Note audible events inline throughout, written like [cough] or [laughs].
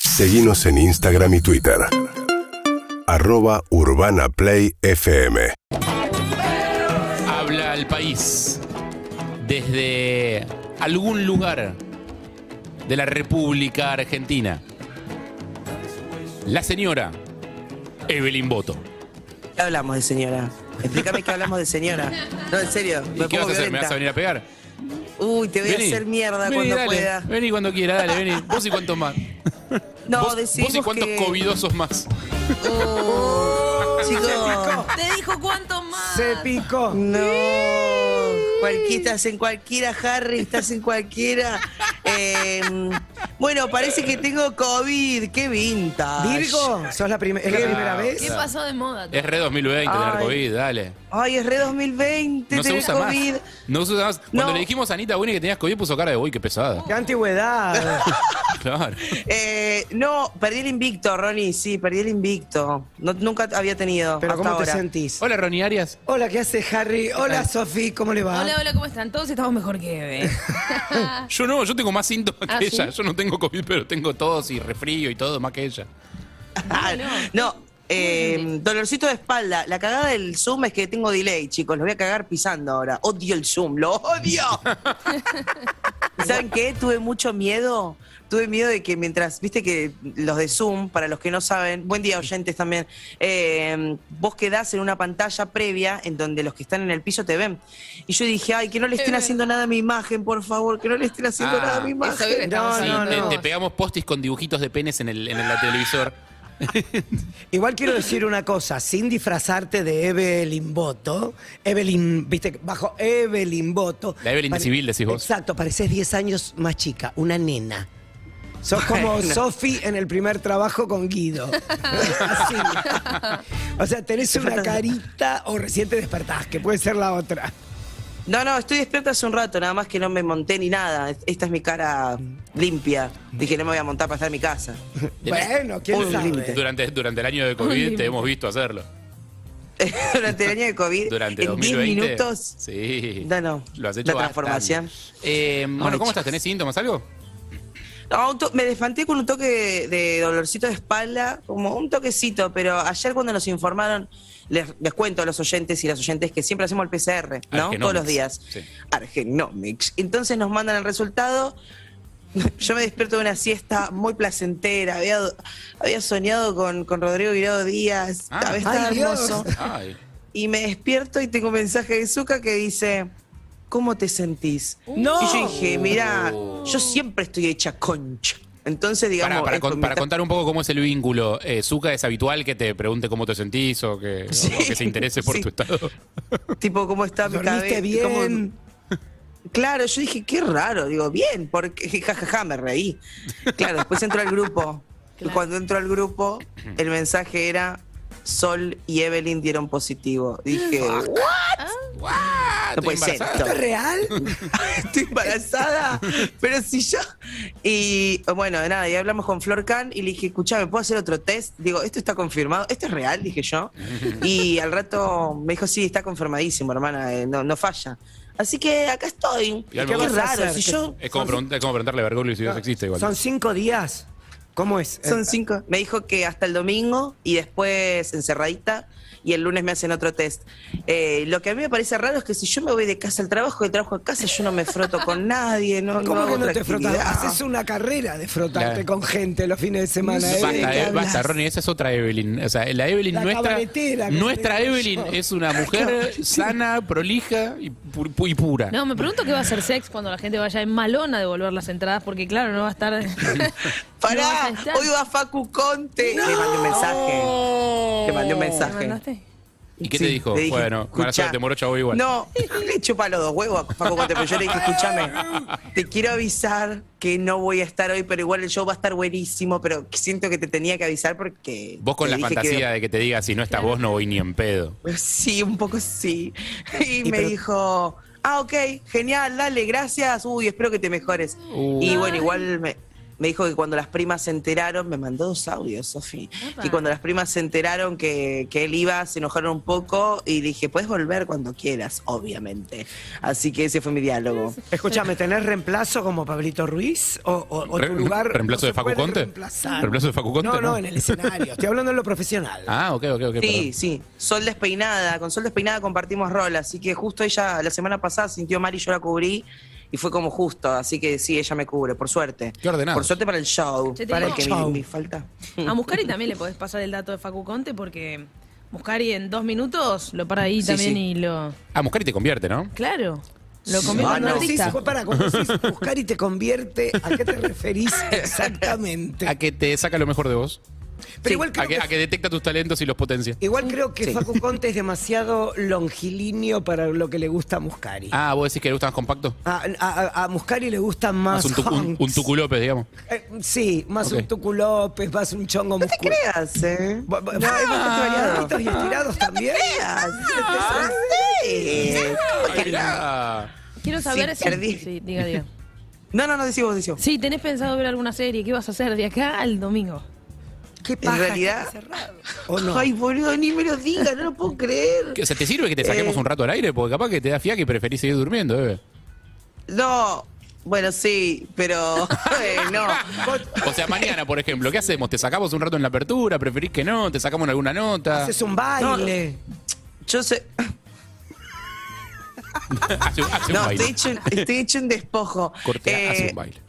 Seguimos en Instagram y Twitter. Arroba Urbana Play FM. Habla al país desde algún lugar de la República Argentina. La señora Evelyn Boto. ¿Qué hablamos de señora? Explícame qué hablamos de señora. No, en serio. ¿Y Me qué vas pongo a hacer? ¿Me vas a violenta. venir a pegar? Uy, te voy a hacer mierda Vení, cuando dale. pueda. Vení cuando quiera, dale, [laughs] vení. Vos y cuántos más. No, vos, decimos vos y cuántos que... covidosos más. [laughs] Uy, chicos, Te dijo cuánto más. Se picó. no. Cualquiera, estás en cualquiera, Harry, estás en cualquiera. Eh, bueno, parece que tengo COVID. Qué vintage. Virgo, ¿sos la prime- ¿es la Claro. primera ¿Qué vez? pasó de moda? Es re 2020 tener Ay. COVID, dale. Ay, es re 2020, No se tener usa COVID. más. No se usa más. Cuando No. le dijimos a Anita Winnie que tenías COVID, puso cara de uy, qué pesada. [laughs] ¡Qué antigüedad! Claro. Eh, no, perdí el invicto, Ronnie, sí, perdí el invicto. No- nunca había tenido Pero hasta ¿cómo te ahora. sentís? Hola, Ronnie Arias. Hola, ¿qué hace Harry? Hola, Sofi, ¿cómo le va? Hola, hola, ¿cómo están? Todos estamos mejor que Eve. Yo no, yo tengo más síntomas ¿Ah, que sí? ella. Yo no tengo COVID, pero tengo tos y resfrío y todo más que ella. Ah, no, eh, dolorcito de espalda. La cagada del Zoom es que tengo delay, chicos. Lo voy a cagar pisando ahora. Odio el Zoom, lo odio. ¿Saben qué? Tuve mucho miedo. Tuve miedo de que mientras, viste que los de Zoom, para los que no saben, buen día oyentes también, eh, vos quedás en una pantalla previa en donde los que están en el piso te ven. Y yo dije, ay, que no le estén haciendo nada a mi imagen, por favor, que no le estén haciendo Ah, nada a mi eso es [laughs] imagen. que estamos Sí, No, te, no. te pegamos postis con dibujitos de penes en el, en Ah. el televisor. Igual quiero decir una cosa, sin disfrazarte de Evelyn Boto, Evelyn, viste, bajo Evelyn Boto. La Evelyn de pare- civil, decís vos. Exacto, pareces 10 años más chica, una nena. Sos como Sofi en el primer trabajo con Guido. Así. O sea, tenés una carita o recién te despertás, que puede ser la otra. No, no, estoy despierta hace un rato, nada más que no me monté ni nada. Esta es mi cara limpia. Dije, no me voy a montar para estar en mi casa. [laughs] Bueno, quién Un sabe. límite. Durante, durante el año de COVID te hemos visto hacerlo. Durante el año de COVID, Durante en 10 2020. minutos, Sí. No, no. Lo has hecho La transformación. bastante. Eh, bueno, ¿cómo estás? ¿Tenés síntomas, [laughs] algo? No, un to- me desfanté con un toque de, de dolorcito de espalda, como un toquecito, pero ayer cuando nos informaron, les, les cuento a los oyentes y las oyentes que siempre hacemos el PCR, ¿no? Argenomics. Todos los días. Sí. Argenomics. Entonces nos mandan el resultado. [laughs] Yo me despierto de una siesta muy placentera. Había, había soñado con, con Rodrigo Guirado Díaz. Ah. Estaba- estaba Ay, Dios. hermoso. Ay. Y me despierto y tengo un mensaje de Zuka que dice, ¿cómo te sentís? Uh. No. Y yo dije, mira, yo siempre estoy hecha concha. Entonces, digamos, Para, para, esto con- me para está- contar un poco cómo es el vínculo, eh, Zuka es habitual que te pregunte cómo te sentís o que, o- Sí. o que se interese por Sí. tu estado. tipo, ¿cómo está mi ¿Dormiste cabeza? ¿Cómo- bien? Claro, yo dije, qué raro, digo, bien, porque [laughs] jajaja, me reí. Claro, después entró al grupo. Y Cuando entró al grupo, el mensaje era, Sol y Evelyn dieron positivo. Dije, "What? Ah, No puede ser embarazada. ¿Esto es real? [laughs] estoy embarazada, pero si yo... Y bueno, nada, y hablamos con Flor Can y le dije, escuchame, ¿puedo hacer otro test? Digo, ¿esto está confirmado? ¿Esto es real? Dije yo. Y al rato me dijo, sí, está confirmadísimo, hermana, eh, no, no falla. Así que acá estoy. Y Qué algo más. raro, si ¿Qué- yo... Es como, pregun- es como preguntarle a Bergoglio si Dios existe [laughs] igual. Son cinco días. ¿Cómo es? Son Eh, cinco. Me dijo que hasta el domingo y después encerradita y el lunes me hacen otro test. Eh, lo que a mí me parece raro es que si yo me voy de casa al trabajo, de trabajo a casa, yo no me froto con nadie. No, ¿Cómo hago que no otra te frotas? actividad. Haces una carrera de frotarte Claro. con gente los fines de semana. ¿eh? ¿De Basta, qué eh, hablas? basta, Ronnie, esa es otra Evelyn. O sea, la Evelyn La nuestra. cabaretera que Nuestra tengo Evelyn yo. es [laughs] una mujer sana, prolija y, pu- pu- y pura. No, me pregunto qué va a hacer Sex cuando la gente vaya en malona a devolver las entradas, porque claro, no va a estar. [laughs] [laughs] No vas Pará, a estar. hoy va Facu Conte. Le mandé un mensaje. Oh. Le mandé un ¿Me mensaje. mandaste? ¿Y qué te dijo? le dije, Bueno, mala "Escuchá". suerte, morocha, voy igual. No, le chupa los dos huevos a Facu Conte, pero yo le dije, escúchame, te quiero avisar que no voy a estar hoy, pero igual el show va a estar buenísimo, pero siento que te tenía que avisar porque... Vos con te la dije que- fantasía de que te diga, si no estás vos, no voy ni en pedo. Sí, un poco sí. [laughs] Y, Y me pero- dijo, ah, ok, genial, dale, gracias, uy, espero que te mejores. Uh. Y bueno, igual me, me dijo que cuando las primas se enteraron, me mandó dos audios, Sofi, Epa. que cuando las primas se enteraron que, que él iba, se enojaron un poco y le dije, puedes volver cuando quieras, obviamente. Así que ese fue mi diálogo. Escúchame, ¿tenés reemplazo como Pablito Ruiz? ¿O, o- o Re- tu lugar? ¿reemplazo no de se Facu puede Conte? reemplazar? ¿Reemplazo de Facu Conte? No, no, No. en el escenario. Estoy hablando en lo profesional. Ah, ok, ok, ok. Sí, sí. Sol despeinada. Con Sol despeinada compartimos rol. Así que justo ella la semana pasada sintió mal y yo la cubrí. Y fue como justo. Así que sí, ella me cubre, por suerte. Qué ordenados. Por suerte para el show. Che, te Para el digo- que Show. mi, mi falta. A Muscari también le podés pasar el dato de Facu Conte porque Muscari en dos minutos lo para ahí Sí, también sí. y lo. Ah, Muscari te convierte, ¿no? Claro. Lo convierte Ah, en un no, sí, artista. sí, para, cuando decís buscar y te convierte, ¿a qué [laughs] te referís exactamente? A que te saca lo mejor de vos. Pero igual creo Ah, a que, que- a que detecta tus talentos y los potencia. Igual creo que Sí. Facu Conte es demasiado longilineo para lo que le gusta a Muscari. Ah, vos decís que le gustan más compactos. A, a- a Muscari le gustan más. Más un, tucu- un, hunks. un Tucu López, digamos. Eh, sí, más Ok. un Tucu López, más un chongo No te musculoso. creas, ¿eh? Bo- bo- hay bastante variaditos y estirados también. [laughs] Este Ah, sí. ¿Cómo que no? Ah, Quiero saber Sí, perdí. si. Sí, diga, diga. No, no, no, decís vos, decís vos. Sí, ¿tenés pensado ver alguna serie? ¿Qué vas a hacer de acá al domingo? ¿Qué En realidad. ¿O no? Ay, boludo, ni me lo digas, no lo puedo creer. que- o sea, ¿Te sirve que te Eh. saquemos un rato al aire? Porque capaz que te da fiaca y preferís seguir durmiendo, bebé. No, bueno, sí, pero [laughs] eh, no. O sea, mañana, por ejemplo, ¿qué hacemos? ¿Te sacamos un rato en la apertura? ¿Preferís que no? ¿Te sacamos en alguna nota? Haces Este un baile. Yo sé. Hace, un- hace un No, baile. estoy hecho, un- estoy hecho un despojo. Cortea, Eh, hace un baile.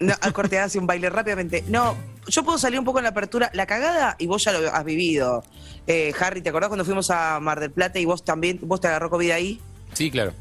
No, ah, cortea, hace un baile rápidamente. No, yo puedo salir un poco en la apertura. La cagada, y vos ya lo has vivido. Eh, Harry, ¿te acordás cuando fuimos a Mar del Plata y vos también, vos te agarró COVID ahí? Sí, claro.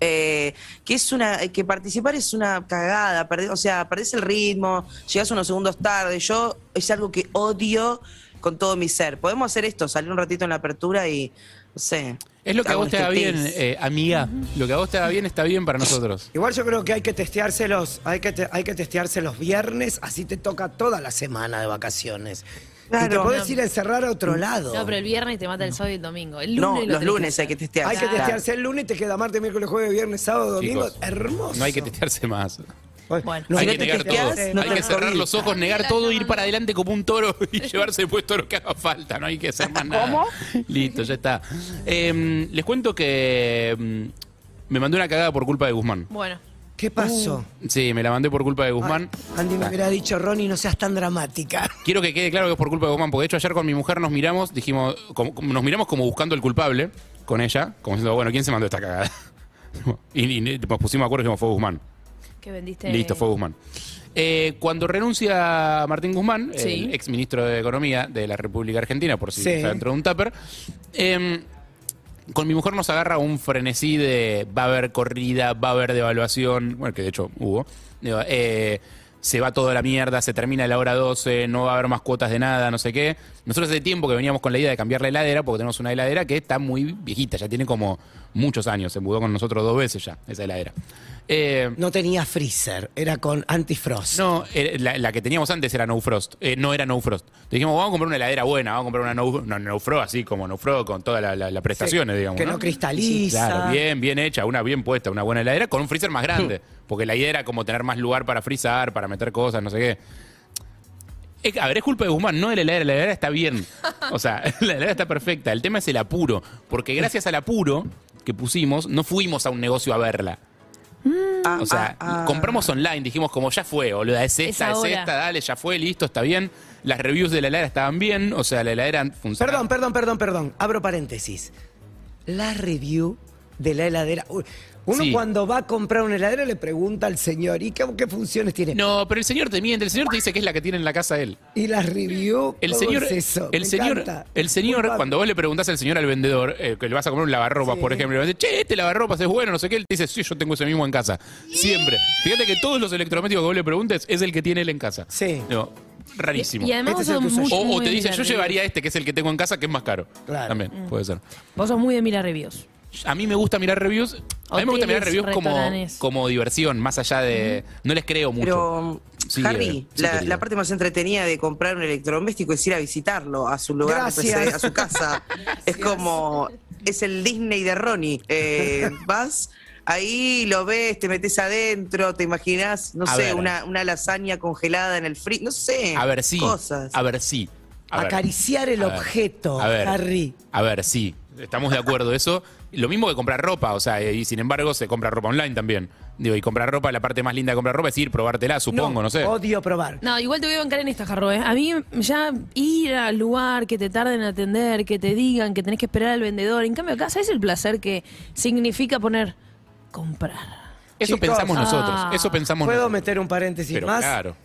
Eh, que es una eh, que participar es una cagada, perdés- o sea, perdés el ritmo, llegás unos segundos tarde. Yo es algo que odio con todo mi ser. Podemos hacer esto, salir un ratito en la apertura y no sé. Es lo que a hago vos te un da bien, striptease. eh, amiga. Lo que a vos te da bien está bien para nosotros. Igual yo creo que hay que testeárselos, hay que, te- hay que testearse los viernes, así te toca toda la semana de vacaciones. y te Claro. podés ir a encerrar a otro lado. No, pero el viernes te mata el sábado y el domingo. El lunes no, lo los tenés lunes hay hacer. que testear. Hay que Claro. testearse el lunes, te queda martes, miércoles, jueves, viernes, sábado, domingo. Chicos, Hermoso. No hay que testearse más. Bueno. No, hay Si no que te negar todo. testeás, no hay te que cerrar jodís. los ojos, negar todo, ir para adelante como un toro [laughs] y llevarse después todo lo que haga falta. No hay que hacer más nada. ¿Cómo? [laughs] Listo, ya está. Eh, les cuento que mm, me mandé una cagada por culpa de Guzmán. Bueno, ¿Qué pasó? Sí, me la mandé por culpa de Uh, Guzmán. Andy me hubiera dicho, Ronnie, no seas tan dramática. Quiero que quede claro que es por culpa de Guzmán, porque de hecho ayer con mi mujer nos miramos, dijimos, como- como- nos miramos como buscando el culpable con ella, como diciendo, bueno, ¿quién se mandó esta cagada? [laughs] Y, y nos pusimos de acuerdo y dijimos, fue Guzmán. que vendiste. Listo, fue Guzmán. Eh, cuando renuncia Martín Guzmán, Sí. el ex ministro de Economía de la República Argentina, por si Sí. está dentro de un tupper, eh, con mi mujer nos agarra un frenesí de va a haber corrida, va a haber devaluación, bueno, que de hecho hubo. Digo, eh, se va todo a la mierda, se termina la hora 12, no va a haber más cuotas de nada, no sé qué. Nosotros hace tiempo que veníamos con la idea de cambiar la heladera, porque tenemos una heladera que está muy viejita, ya tiene como muchos años, se mudó con nosotros dos veces ya, esa heladera. Eh, No tenía freezer, era con antifrost. no, eh, la, la que teníamos antes era No Frost. Eh, no era No Frost. Dijimos, vamos a comprar una heladera buena, vamos a comprar una No, una no Frost, así como No Frost, con todas las la, las prestaciones, digamos. que no cristaliza. Claro, bien, bien hecha, una bien puesta, una buena heladera, con un freezer más grande. Porque la idea era como tener más lugar para frizar, para meter cosas, no sé qué. Es que, a ver, es culpa de Guzmán, no de la heladera. La heladera está bien. O sea, [laughs] la heladera está perfecta. El tema es el apuro. Porque gracias al apuro que pusimos, no fuimos a un negocio a verla. Ah, O sea, ah, ah. compramos online, dijimos como ya fue, boluda, es esta, Es es, ahora. esta, dale, ya fue, listo, está bien. Las reviews de la heladera estaban bien, o sea, la heladera funcionaba. Perdón, perdón, perdón, perdón. Abro paréntesis. La review de la heladera. Uy, Uno Sí. cuando va a comprar una heladera le pregunta al señor, ¿y qué, qué funciones tiene? No, pero el señor te miente, el señor te dice que es la que tiene en la casa él. Y la review, El ¿cómo señor, es eso? el Me señor, encanta. el señor, Disculpa. cuando vos le preguntás al señor al vendedor, eh, que le vas a comprar un lavarropas, Sí. por ejemplo, y le vas a decir, che, este lavarropas es bueno, no sé qué, él te dice, sí, yo tengo ese mismo en casa. Siempre. Fíjate que todos los electrodomésticos que vos le preguntes es el que tiene él en casa. Sí. No, rarísimo. Y además Este es vos el que sos uso muy, yo. o, o te muy de dice, mirar yo reviews. llevaría este, que es el que tengo en casa, que es más caro. Claro. También, Mm. puede ser. Vos sos muy de mirar reviews. A mí me gusta mirar reviews. A mí me gusta Hoteles, mirar reviews como, restaurantes. como diversión, más allá de. No les creo mucho. Pero, Sí, Harry, eh, sí, la, querido. la parte más entretenida de comprar un electrodoméstico es ir a visitarlo a su lugar, Gracias. pues, a [laughs] [laughs] su casa. es como, es el Disney de Ronnie. Eh, vas Ahí lo ves, te metes adentro, te imaginas, no A sé, ver. una, una lasaña congelada en el frío, no sé. A ver, sí. Cosas. A ver, sí. A ver. Acariciar el A ver, objeto, a ver, Harry. A ver, sí. Estamos de acuerdo eso. Lo mismo que comprar ropa, o sea, y sin embargo se compra ropa online también. Digo, y comprar ropa, la parte más linda de comprar ropa es ir, probártela, supongo, no, sé. Odio probar. No, igual te voy a bancar en esta, Jarro. ¿eh? A mí ya ir al lugar, que te tarden en atender, que te digan, que tenés que esperar al vendedor. En cambio, acá, ¿sabes el placer que significa poner comprar? Eso Chicos. pensamos Ah. nosotros. Eso pensamos ¿Puedo nosotros. meter un paréntesis Pero más? claro.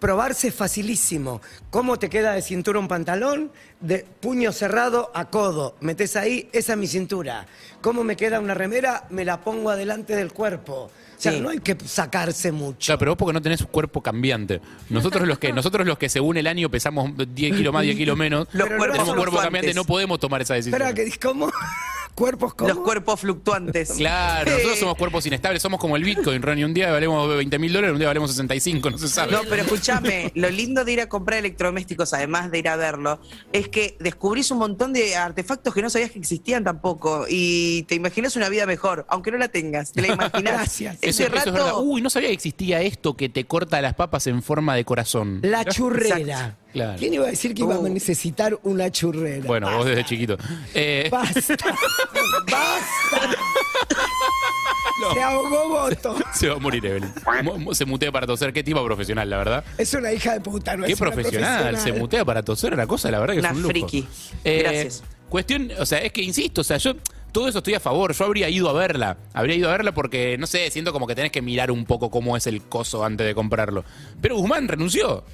Probarse es facilísimo. ¿Cómo te queda de cintura un pantalón? De puño cerrado a codo. Metes ahí, esa es mi cintura. ¿Cómo me queda una remera? Me la pongo adelante del cuerpo. O sea, Sí. no hay que sacarse mucho. Claro, pero vos porque no tenés un cuerpo cambiante. Nosotros los que, nosotros los que según el año pesamos 10 kilos más, 10 kilos menos, Los Pero cuerpos no tenemos un son cuerpo fluctuantes. cambiante, no podemos tomar esa decisión. Espera, que ¿cómo? [laughs] ¿Cuerpos cómo? Los cuerpos fluctuantes. Claro, nosotros Eh, somos cuerpos inestables, somos como el Bitcoin, Ronnie. Un día valemos 20 mil dólares, un día valemos 65, no se sabe. No, pero escúchame, lo lindo de ir a comprar electrodomésticos, además de ir a verlo, es que descubrís un montón de artefactos que no sabías que existían tampoco y te imaginas una vida mejor, aunque no la tengas, te la imaginás. [laughs] Gracias. Ese Eso- eso es rato, verdad. Uh, Uy, no sabía que existía esto que te corta las papas en forma de corazón. La churrera. [laughs] Exacto. Claro. ¿Quién iba a decir que iba a Uh. necesitar una churrera? Bueno, vos desde chiquito. Eh, [laughs] Basta. Basta. [laughs] Se ahogó Boto. se va a morir Evelyn. Mo- mo- Se mutea para toser. Qué tipo profesional, la verdad. Es una hija de puta, ¿no? Qué es una profesional. Se mutea para toser. Una cosa, la verdad que Una es un lujo. Eh, friki. Gracias. Cuestión, o sea, es que insisto, o sea, yo todo eso estoy a favor. Yo habría ido a verla. Habría ido a verla porque, no sé, siento como que tenés que mirar un poco cómo es el coso antes de comprarlo. Pero Guzmán renunció.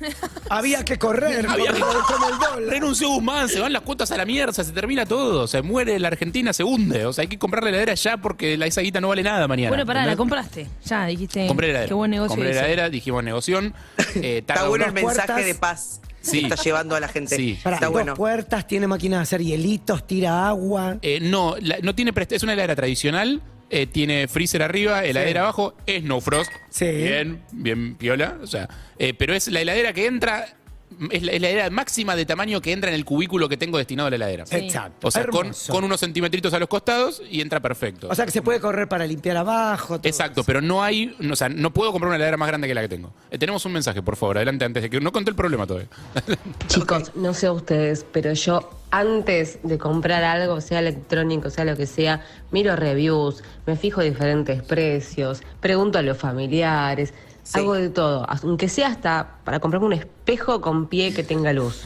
Había que correr [laughs] Había que- como- como el dólar. Renunció Guzmán, se van las cuotas a la mierda, se termina todo, se muere la Argentina, se hunde. O sea, hay que comprar la heladera ya porque la, esa guita no vale nada mañana. bueno, pará, la ¿entendés? compraste. Ya, dijiste. Compré la heladera. Qué buen negocio. Compré la hice. heladera, dijimos [laughs] negoción. eh, está tarda bueno el unos- mensaje puertas. de paz Sí. que está llevando a la gente. Sí. Pará, Está dos bueno. puertas, tiene máquina de hacer hielitos, tira agua. Eh, no, la- no tiene prest- es una heladera tradicional. eh, tiene freezer arriba, heladera abajo, es no frost. Sí. Bien, bien piola. O sea, eh, pero es la heladera que entra, es la es la heladera máxima de tamaño que entra en el cubículo que tengo destinado a la heladera. Exacto. O sea, con, hermoso. con unos centimetritos a los costados y entra perfecto. O sea, que se puede correr para limpiar abajo. todo Exacto, eso. pero no hay, no, o sea, no puedo comprar una heladera más grande que la que tengo. Eh, tenemos un mensaje, por favor, adelante antes de que no conté el problema todavía. [laughs] Chicos, no sé ustedes, pero yo antes de comprar algo, sea electrónico, sea lo que sea, miro reviews, me fijo diferentes precios, pregunto a los familiares, Sí. hago de todo, aunque sea hasta para comprarme un espejo con pie que tenga luz.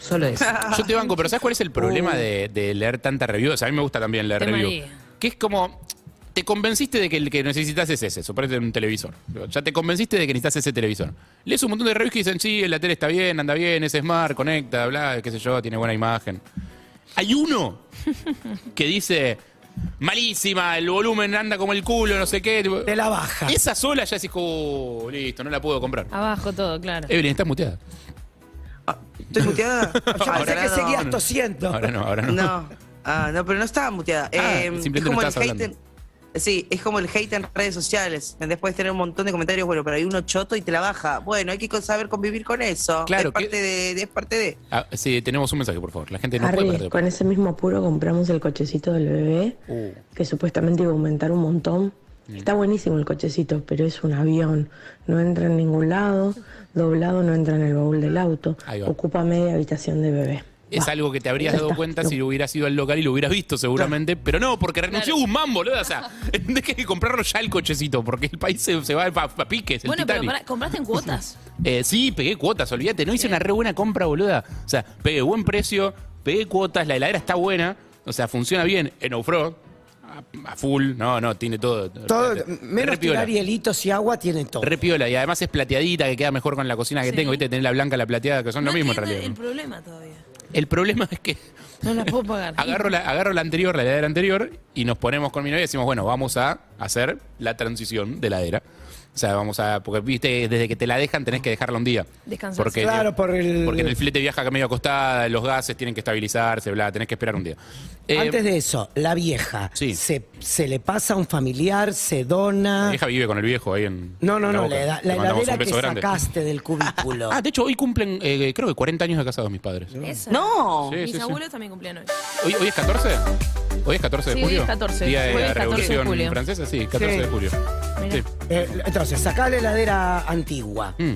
Solo eso. Yo te banco, pero ¿sabes cuál es el problema de, de leer tanta review? O sea, a mí me gusta también leer Te review. mareas. Que es como. Te convenciste de que el que necesitas es ese, suponete un televisor. Ya te convenciste de que necesitas ese televisor. Lees un montón de reviews que dicen, sí, la tele está bien, anda bien, es smart, conecta, bla, qué sé yo, tiene buena imagen. Hay uno que dice, malísima, el volumen anda como el culo, no sé qué. tipo, Te la baja. Esa sola ya decís, "Oh, listo, no la puedo comprar. Abajo todo, claro. Evelyn, estás muteada. Ah, ¿Estoy muteada? Yo pensé Ahora que no. seguías tosiendo. Ahora no, ahora no. No, [laughs] ah, no, pero no estaba muteada. Ah, Eh, simplemente es como no el estabas hate en- sí, es como el hate en redes sociales. Después tener un montón de comentarios, bueno, pero hay uno choto y te la baja. Bueno, hay que con- saber convivir con eso. Claro, es que- parte de, de- es parte de. Ah, sí, tenemos un mensaje, por favor. La gente no Arre, puede perder. con ese mismo apuro compramos el cochecito del bebé, Uh. que supuestamente iba a aumentar un montón. Está buenísimo el cochecito, pero es un avión. No entra en ningún lado, doblado no entra en el baúl del auto. Ahí va. Ocupa media habitación de bebé. Es Va. algo que te habrías Ya dado está. cuenta Lo- si hubieras ido al local y lo hubieras visto seguramente, pero no, porque renunció Guzmán, boludo. O sea, [laughs] tenés que comprarlo ya el cochecito, porque el país se, se va a, a piques, el bueno, pero Titanic. pará, [laughs] compraste en cuotas. Eh, sí, pegué cuotas, olvídate, no hice una re buena compra, boluda. O sea, pegué buen precio, pegué cuotas, la heladera está buena, o sea, funciona bien en Ofro, a, a full, no, no, tiene todo. Todo, Re menos piola. tirar hielitos y agua tiene todo. Re piola, y además es plateadita, que queda mejor con la cocina que Sí. tengo, viste, tener la blanca, la plateada, que son lo No mismo en entiendo realidad. El problema todavía. El problema es que No la puedo pagar. Agarro la, agarro la anterior, la heladera anterior, y nos ponemos con mi novia y decimos, bueno, vamos a hacer la transición de heladera. O sea, vamos a. Porque viste, desde que te la dejan tenés que dejarla un día. Descansar. Porque, Claro, por el- Porque en el flete viaja medio acostada, los gases tienen que estabilizarse, bla, tenés que esperar un día. Eh, Antes de eso, la vieja, Sí. se, se le pasa a un familiar, se dona. La vieja vive con el viejo ahí en. No, no, en no, Boca. la, Le la mandamos heladera un que beso grande. sacaste [laughs] del cubículo. Ah, de hecho, hoy cumplen, eh, creo que 40 años de casados mis padres. Esa. No. Sí, Mis sí, sí. abuelos también cumplían hoy. ¿Hoy, hoy es 14? ¿Hoy es 14 de Sí, hoy julio? es 14. Día de la Hoy es 14 de Revolución julio. Francesa, sí, 14 Sí. de julio. Mirá. Sí. Eh, entonces, sacá la heladera antigua. Mm.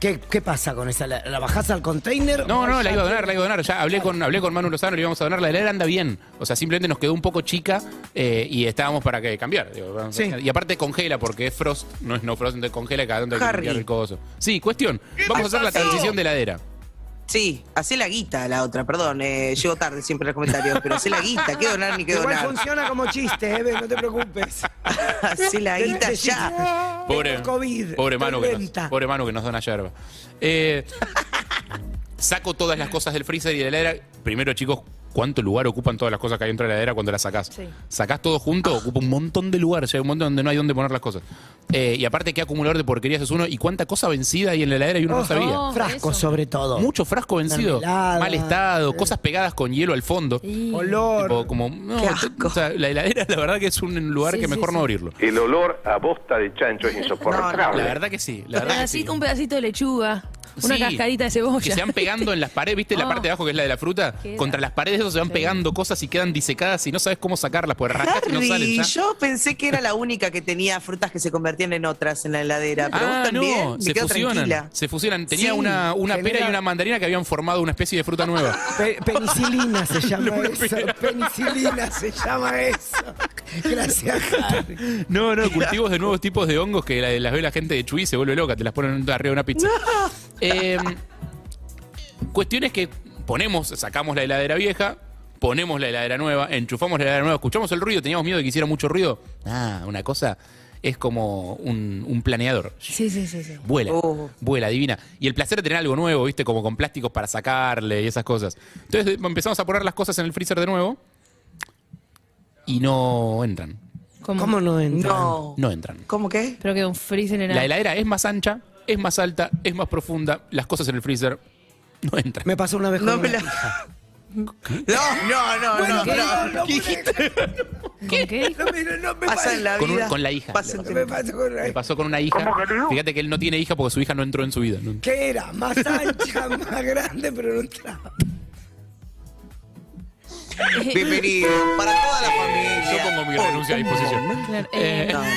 ¿Qué, qué pasa con esa? ¿La, la bajás al container? No, o no, ya la iba a donar, te- la iba a donar. Ya hablé con, hablé con Manu Lozano, le íbamos a donar. La heladera anda bien. O sea, simplemente nos quedó un poco chica eh, y estábamos para que cambiar. Digo, vamos a- Sí. Y aparte congela, porque es frost, no es no frost, entonces congela y cada tanto hay que Harry. limpiar el coso. Sí, cuestión. Vamos a hacer la pasó? transición de heladera. Sí, hacé la guita la otra, perdón, eh, llego tarde siempre a los comentarios, pero hacé la guita, qué donar ni qué Igual donar. funciona como chiste, Eve, no te preocupes. [laughs] Hacé la guita ya. "Ah". Pobre, Tengo COVID, pobre, estoy mano que nos, lenta. pobre mano que nos dona yerba. Eh, saco todas las cosas del freezer y de la heladera. Primero, chicos, ¿cuánto lugar ocupan todas las cosas que hay dentro de la heladera cuando las sacás? Sí. Sacás todo junto, ocupa un montón de lugar, llega un montón donde no hay dónde poner las cosas. Eh, y aparte, qué acumulador de porquerías es uno y cuánta cosa vencida hay en la heladera y uno no Ojo. sabía. Oh, Frascos, eso. sobre todo. Mucho frasco vencido, Mermelada. mal estado, cosas pegadas con hielo al fondo. Y- Olor. Tipo, como, no, Qué asco. o sea, la heladera, la verdad que es un lugar Sí, que sí, mejor sí. no abrirlo. El olor a bosta de [laughs] chancho es insoportable. La verdad que sí. La verdad que sí. Pedacito- Un pedacito de lechuga, una Sí, cascarita de cebolla. Que se van pegando en las paredes, ¿viste? La Oh. parte de abajo que es la de la fruta. Queda. Contra las paredes, eso se van Sí. pegando cosas y quedan disecadas y no sabes cómo sacarlas, pues rascas y no salen. Harry, ya. yo pensé que era la única que tenía frutas que se convertían en otras en la heladera, pero Ah, vos también, no, me se quedo fusionan. tranquila. Se fusionan. Tenía Sí, una, una pera genera- y una mandarina que habían formado una especie de fruta [laughs] nueva. Pe- penicilina se llama Luna eso. Pera. Penicilina se llama eso. Gracias, Harry. No, no, cultivos de nuevos tipos de hongos que la- las ve la gente de Chuy y se vuelve loca, te las ponen arriba de una pizza. Eh, cuestiones que ponemos, sacamos la heladera vieja, ponemos la heladera nueva, enchufamos la heladera nueva, escuchamos el ruido, teníamos miedo de que hiciera mucho ruido. Ah, una cosa es como un, un planeador. Sí, sí, sí. sí. Vuela, Oh. vuela, divina. Y el placer de tener algo nuevo, ¿viste? Como con plásticos para sacarle y esas cosas. Entonces eh, empezamos a poner las cosas en el freezer de nuevo y no entran. ¿Cómo? ¿Cómo no entra? No. No entran. ¿Cómo qué? Pero que un freezer era. La heladera es más ancha, es más alta, es más profunda. Las cosas en el freezer no entran. Me pasó una vez con No una me la- pija. No, no, no, no, ¿qué? no. No, no, ¿Con qué? no me- no me Pasa pasa- en la Con un- vida. con la hija. Pasa en- no me pasa con una- Le pasó con una hija. Fíjate que él no tiene hija porque su hija no entró en su vida. ¿no? ¿Qué era? Más ancha, [laughs] más grande, pero no entraba. Bienvenido para toda la familia. Yo pongo mi renuncia a disposición. Claro, eh, Eh, No, no.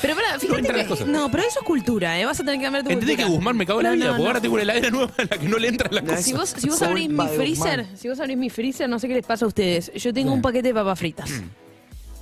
Pero pará, fíjate. entran que- las cosas. no, pero eso es cultura, ¿eh? Vas a tener que cambiar tu Entendé que cultura. Guzmán me cago en la No, vida, no, porque no. ahora tengo una heladera nueva en la que no le entran las No, cosas. Si Eso vos, si vos soy abrís mi Biosman. freezer, si vos abrís mi freezer, no sé qué les pasa a ustedes. Yo tengo un paquete de papas fritas.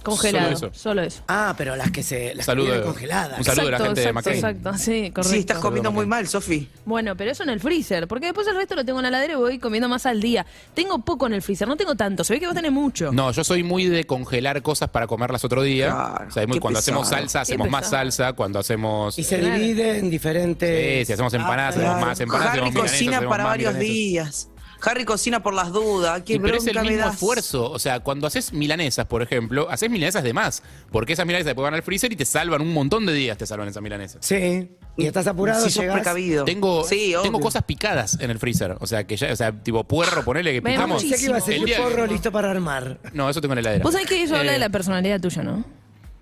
Congelado. Mm. Solo eso. Solo eso. Ah, pero las que se las que Saludo. vienen congeladas. Un saludo a la exacto, gente de exacto, Mackay. exacto. Sí, correcto. Sí, estás comiendo muy mal, Sofi. Bueno, pero eso en el freezer, porque después el resto lo tengo en la heladera y voy comiendo más al día. Tengo poco en el freezer, no tengo tanto. Se ve que vos tenés mucho. No, yo soy muy de congelar cosas para comerlas otro día. Claro, O sea, muy- qué cuando hacemos pesado. salsa, Qué hacemos más pesado. salsa. Cuando hacemos. Y se Claro. divide en diferentes. Sí, si hacemos empanadas, Ah, hacemos más empanadas. Harry hacemos milanesas, cocina hacemos para más varios milanesas. días. Harry cocina por las dudas. Qué Y pero es el bronca me mismo das. esfuerzo. O sea, cuando haces milanesas, por ejemplo, haces milanesas de más. Porque esas milanesas después van al freezer y te salvan un montón de días, te salvan esas milanesas. Sí. Y estás apurado, Sí, sos llegás- precavido. Tengo, Sí, obvio. tengo cosas picadas en el freezer. O sea, que ya, o sea, tipo puerro, ponele que Ven, picamos. Pensé que ibas a El decir día- porro listo para armar. No, eso tengo en la heladera. Vos sabés que eso habla Eh, de la personalidad tuya, ¿no?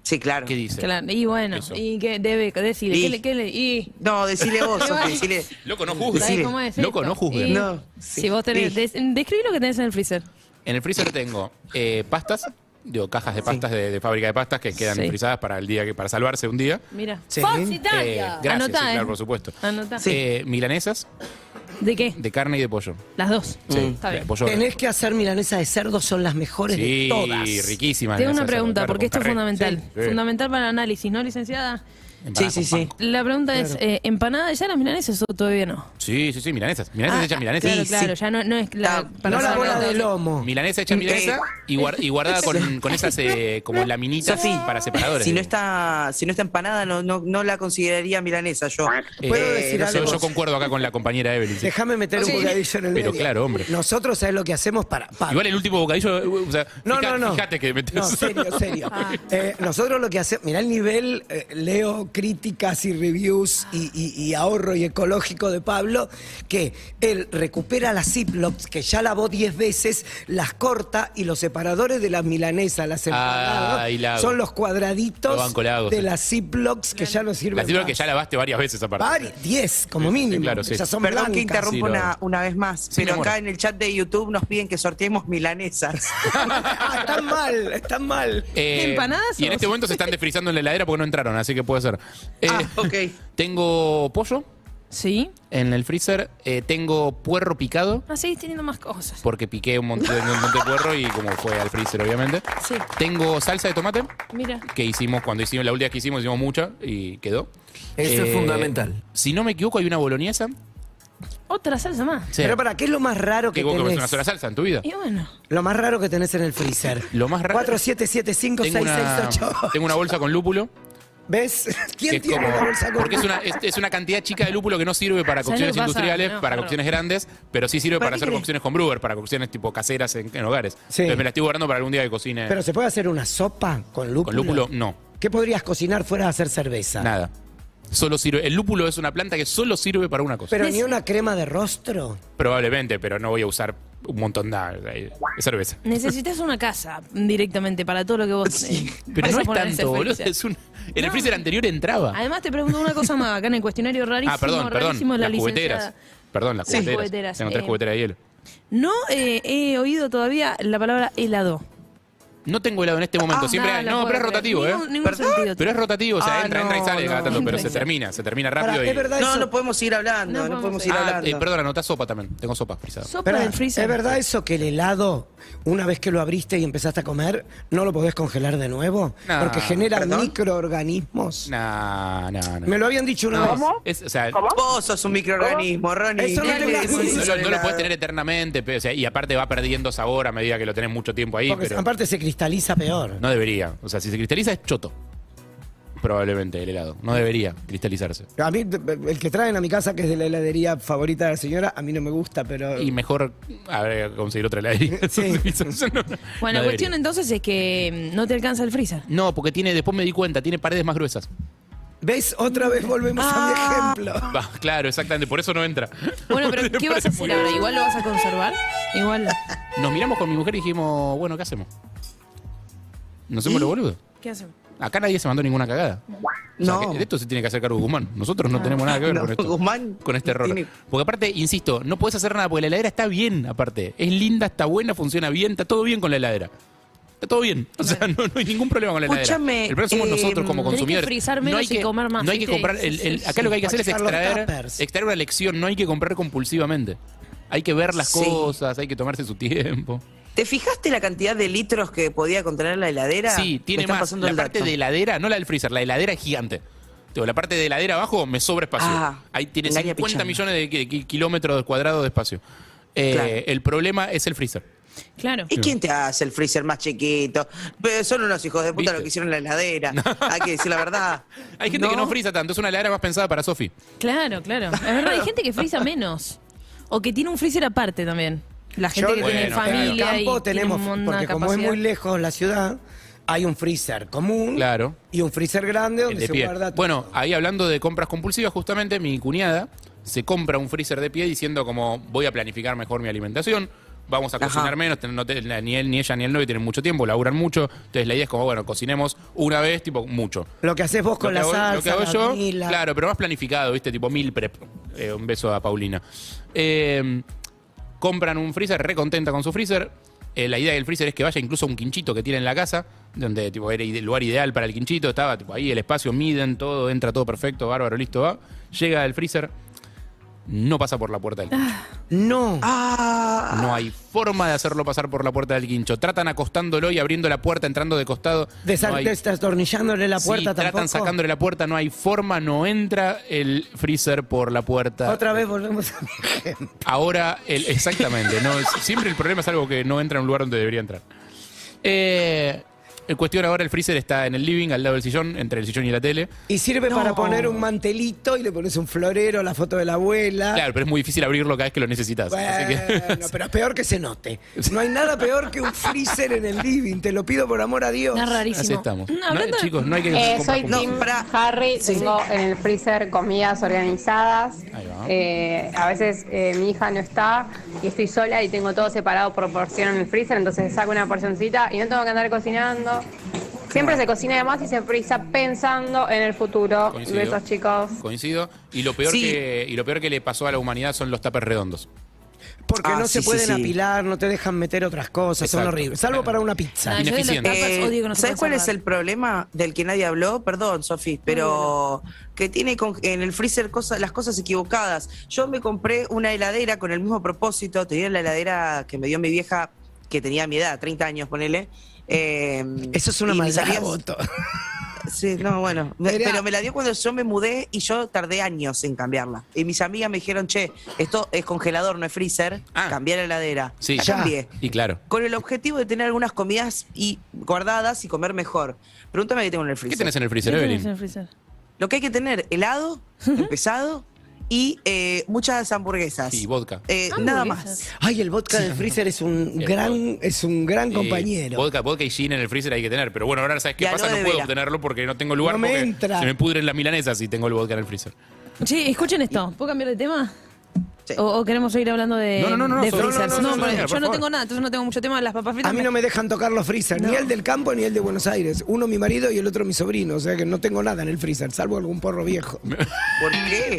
Sí, claro. ¿Qué dice? Claro, Y bueno, Eso. y que debe decir, Y- ¿qué le, qué le- y No, decile [laughs] vos, Sofi. Decile. Loco, no ¿sabés juzgues. Decile. cómo es Loco, esto? Eh, no juzguen. Y- No, Si sí. vos tenés, Sí. des- describí lo que tenés en el freezer. En el freezer tengo eh, pastas. Digo, cajas de pastas de, de fábrica de pastas que quedan Sí. frizadas para el día que, para salvarse un día. Mira. Sí. Eh, gracias, Anotá, sí, eh. claro, por supuesto. Anotá. Eh, milanesas ¿De qué? de carne y de pollo. Las dos. Sí, Eh, Está bien. pollo. Tenés que hacer milanesa de cerdo, son las mejores Sí, de todas. riquísimas. Tengo las una salsas, pregunta, claro, porque con esto es carré. fundamental. Sí. Fundamental para el análisis, ¿no, licenciada? Empanada Sí, sí, con sí. pan. La pregunta es, eh, ¿empanada ya las milanesas o todavía no? Sí, sí, sí, milanesas. Milanesas Ah, hechas Claro, milanesas. claro, ya no, no es Ah, la... No No para la saber bola dónde- de lomo. Milanesa hecha milanesa Eh, y, guar- y guardada [laughs] con, con esas eh, como laminitas Sofi, para separadores. Si no digo. está, si no está empanada, no, no, no la consideraría milanesa yo. Eh, ¿Puedo decir yo- algo? Yo concuerdo acá con la compañera Evelyn. sí. Déjame meter Sí. un bocadillo en el Pero medio. claro, hombre. Nosotros, ¿sabes lo que hacemos para.? para- Igual el último bocadillo, eh, o sea, No, fija- no, [laughs] no. fíjate que metes. No, serio, serio. Eh, nosotros lo que hacemos. Mirá el nivel, eh, Leo críticas y reviews y, y- y ahorro y ecológico de Pablo, que él recupera las ziplocs que ya lavó 10 veces, las corta y los separadores de las milanesas, las Ah, empanadas, Ay, Lago. son los cuadraditos Lo banco, Lago, de sí. las ziplocs que ya no sirven. La cifra más. que ya lavaste varias veces aparte. Varias, [laughs] 10 como Sí, sí, sí, mínimo. claro, sí. Ya son Perdón que blancas. interrumpo Sí, lo- una, una vez más, Sí, mi pero amor. acá en el chat de YouTube nos piden que [laughs] sorteemos milanesas. Ah, están mal, están mal. Eh, ¿Empanadas Y en o- este momento se están desfrizando en la heladera porque no entraron, así que puede ser. Eh, ah, ok. [laughs] Tengo pollo Sí. en el freezer, eh, tengo puerro picado, Ah, seguís teniendo más cosas. porque piqué un montón, un montón de puerro y como fue al freezer, obviamente. Sí. Tengo salsa de tomate, Mira. que hicimos cuando hicimos, la última que hicimos, hicimos mucha y quedó. Eh, Eso es fundamental. Si no me equivoco, hay una boloñesa. Otra salsa más. Sí. Pero para, ¿qué es lo más raro que que vos comes una tenés? sola salsa en tu vida. Y bueno. Lo más raro que tenés en el freezer. [laughs] Lo más raro- 47756688. [laughs] tengo una bolsa con lúpulo. ¿Ves? que ¿Quién es tiene como- una bolsa con porque [laughs] es una, es, es una cantidad chica de lúpulo que no sirve para ¿Sabes lo cocciones que pasa? industriales, No, para claro. cocciones grandes, pero sí sirve para qué hacer crees? cocciones con brewer, para cocciones tipo caseras en, en hogares. Sí. Entonces me la estoy guardando para algún día que cocine. Pero se puede hacer una sopa con lúpulo. con lúpulo, no, ¿Qué podrías cocinar fuera de hacer cerveza? nada. Solo sirve, el lúpulo es una planta que solo sirve para una cosa. Pero ni una crema de rostro. Probablemente, pero no voy a usar un montón de, de cerveza. Necesitas una casa directamente para todo lo que vos. eh, Pero vas no a es poner en ese tanto, boludo. freezer. es un- en el No. Ah, freezer anterior entraba. Además, te pregunto una cosa más acá en el cuestionario rarísimo. ah, perdón, perdón. rarísimo, la las cubeteras. licenciada. Perdón, las Sí. cubeteras. Cubeteras, Tengo tres eh. cubeteras de hielo. No eh, he oído todavía la palabra helado. No tengo helado en este momento. Ah, Siempre nada, hay- no No, puedo pero es creer. rotativo, ¿eh? Ningún- ningún sentido. Pero es rotativo, o sea, Ah, entra, entra y no, sale cada no, tanto, no. pero se Entra y termina, se termina Pará, rápido. y... es verdad No, eso. no podemos seguir hablando, No no, podemos podemos seguir ir Ah, hablando. eh, perdón, anotá sopa también. Tengo sopa frisada. Sopa Pará, del freezer. ¿Es verdad eso que el helado, una vez que lo abriste y empezaste a comer, no lo podés congelar de nuevo? Nah. Porque genera ¿Perdón? microorganismos. No, no, no. Me lo habían dicho una vez. Es- o sea, Vos sos un microorganismo, Ronnie. Eso no ¿Qué te le lo decís dicen. no, al lo- no lo helado? puedes tener eternamente, pe- o sea, y aparte va perdiendo sabor a medida que lo tenés mucho tiempo ahí. Porque pero aparte se cristaliza peor. No debería. O sea, si se cristaliza es choto. Probablemente el helado. No debería cristalizarse. A mí, el que traen a mi casa, que es de la heladería favorita de la señora, a mí no me gusta, pero. Y mejor habrá que conseguir otra heladería. Sí. [laughs] No, no Bueno, la debería. cuestión entonces es que mm, no te alcanza el freezer. No, porque tiene, después me di cuenta, tiene paredes más gruesas. ¿Ves? Otra vez volvemos Ah. a mi ejemplo. Va, claro, exactamente, por eso no entra. Bueno, [laughs] pero ¿qué vas a hacer ahora? ¿Igual lo vas a conservar? Igual. Nos miramos con mi mujer y dijimos, bueno, ¿qué hacemos? Nos hacemos los boludos. ¿Qué hacemos? Acá nadie se mandó ninguna cagada. O sea, No. que de esto se tiene que hacer cargo Guzmán. Nosotros no tenemos nada que ver [laughs] No, con esto. Guzmán con este error. tiene- Porque aparte, insisto, no puedes hacer nada porque la heladera está bien, aparte. Es linda, está buena, funciona bien, está todo bien con la heladera. Está todo bien. O sea, [laughs] no, no hay ningún problema con la heladera. Escúchame, El problema somos eh, nosotros como em, tenés que consumidores. frizar menos hay y comer más, No hay que ¿viste? comprar. el- el- Sí, acá lo que hay que hacer es Para sacar los extraer, tuppers. extraer una lección. No hay que comprar compulsivamente. Hay que ver las Sí. cosas, hay que tomarse su tiempo. ¿Te fijaste la cantidad de litros que podía contener la heladera? Sí, Me tiene están más. pasando La el parte dato. de heladera, no la del freezer, la heladera es gigante. Digo, La parte de heladera abajo me sobra espacio. Ah, Ahí tiene engaña 50 pichanga. millones de, ki- ki- kilómetros cuadrados de espacio. Eh, Claro. El problema es el freezer. Claro. ¿Y quién te hace el freezer más chiquito? Pero son unos hijos de puta ¿Viste? lo que hicieron [laughs] la heladera. Hay que decir la verdad. Hay gente que no frisa tanto, es una heladera más pensada para Sofi. Claro, claro. Es verdad, hay gente que friza menos. O que tiene un freezer aparte también. La gente Yo- que tiene Bueno, familia En el campo y tiene tenemos, un- una porque como es capacidad. muy lejos la ciudad, hay un freezer común Claro. y un freezer grande el donde de se pie. guarda. Bueno, ahí hablando de compras compulsivas, justamente mi cuñada se compra un freezer de pie diciendo como voy a planificar mejor mi alimentación, vamos a Ajá. cocinar menos, ten- no te- ni él, ni ella, ni el novio tienen mucho tiempo, laburan mucho, entonces la idea es como, bueno, cocinemos una vez, tipo, mucho. lo que haces vos con lo la que hago- lo que salsa, hago la yo, mila. claro, pero más planificado, ¿viste? Tipo mil prep. Eh, un beso a Paulina. Eh, compran un freezer, re contenta con su freezer. Eh, la idea del freezer es que vaya incluso a un quinchito que tiene en la casa, donde tipo era el lugar ideal para el quinchito, estaba tipo ahí el espacio, miden todo, entra todo perfecto, bárbaro, listo, va. Llega el freezer, no pasa por la puerta del quincho. No. Ah, No hay forma de hacerlo pasar por la puerta del quincho. Tratan acostándolo y abriendo la puerta, entrando de costado. Desa- no hay- Destornillándole la Sí, puerta tampoco. tratan sacándole la puerta, no hay forma, no entra el freezer por la puerta. Otra vez volvemos a mi ejemplo. Ahora, el, exactamente, no, es- siempre el problema es algo que no entra en un lugar donde debería entrar. Eh, En cuestión ahora el freezer está en el living, al lado del sillón, entre el sillón y la tele. Y sirve para poner un mantelito y le pones un florero, la foto de la abuela. Claro, pero es muy difícil abrirlo cada vez que lo necesitas. [laughs] así que- Ah. Bueno, pero es peor que se note. No hay nada peor que un freezer en el living. Te lo pido por amor a Dios. Es rarísimo. así estamos. No, No, hablando de- chicos, no hay que... Eh, comprar soy compras. Tim para- Harry, tengo en el freezer comidas organizadas. Ahí va. Eh, a veces eh, mi hija no está y estoy sola y tengo todo separado por porción en el freezer, entonces saco una porcioncita y no tengo que andar cocinando. Siempre se cocina de más y se frisa pensando en el futuro. Coincido. Besos, chicos. Coincido. Y lo, peor Sí. que, y lo peor que le pasó a la humanidad son los tapers redondos. Porque Ah, no sí, se sí, pueden sí. apilar, no te dejan meter otras cosas, son Exacto. horribles. Salvo para una pizza. Ah, yo de las Ineficiente. tapas Eh, odio que no ¿Sabes se puedan cuál es cerrar. el problema del que nadie habló? Perdón, Sofi, pero que tiene con- en el freezer cosas, las cosas equivocadas. Yo me compré una heladera con el mismo propósito. Tenía la heladera que me dio mi vieja, que tenía mi edad, 30 años, ponele. Eh, Eso es y una me maldad, salía- Otto. Sí, no, bueno. Me- Mirá. Pero me la dio cuando yo me mudé y yo tardé años en cambiarla. Y mis amigas me dijeron, che, esto es congelador, no es freezer. Ah. Cambiar la heladera. Sí. La Ya. cambié Y claro. con el objetivo de tener algunas comidas y guardadas y comer mejor. Pregúntame qué tengo en el ¿Qué freezer. tenés en el ¿Qué freezer, tenés en Evelyn? el freezer? Lo que hay que tener, helado, empezado y eh, muchas hamburguesas. Y vodka. Eh, nada Hamburguesas. más. Ay, el vodka del freezer es un El gran, es un gran Eh, compañero. vodka, vodka y gin en el freezer hay que tener. Pero bueno, ahora sabes qué Y pasa, aloe no de puedo vera. obtenerlo porque no tengo lugar. No me porque entra. Se me pudren las milanesas si tengo el vodka en el freezer. Che, escuchen esto. ¿Puedo cambiar de tema? Sí. O, o queremos seguir hablando de, No, no, no, no, de sobre- no, freezers? no, no, no, porque señora, yo por no favor. tengo nada, entonces no tengo mucho tema de las papas fritas. A mí no me dejan tocar los freezer, ni el del campo ni el de Buenos Aires. Uno mi marido y el otro mi sobrino. O sea que no tengo nada en el freezer, salvo algún porro viejo. ¿Por qué?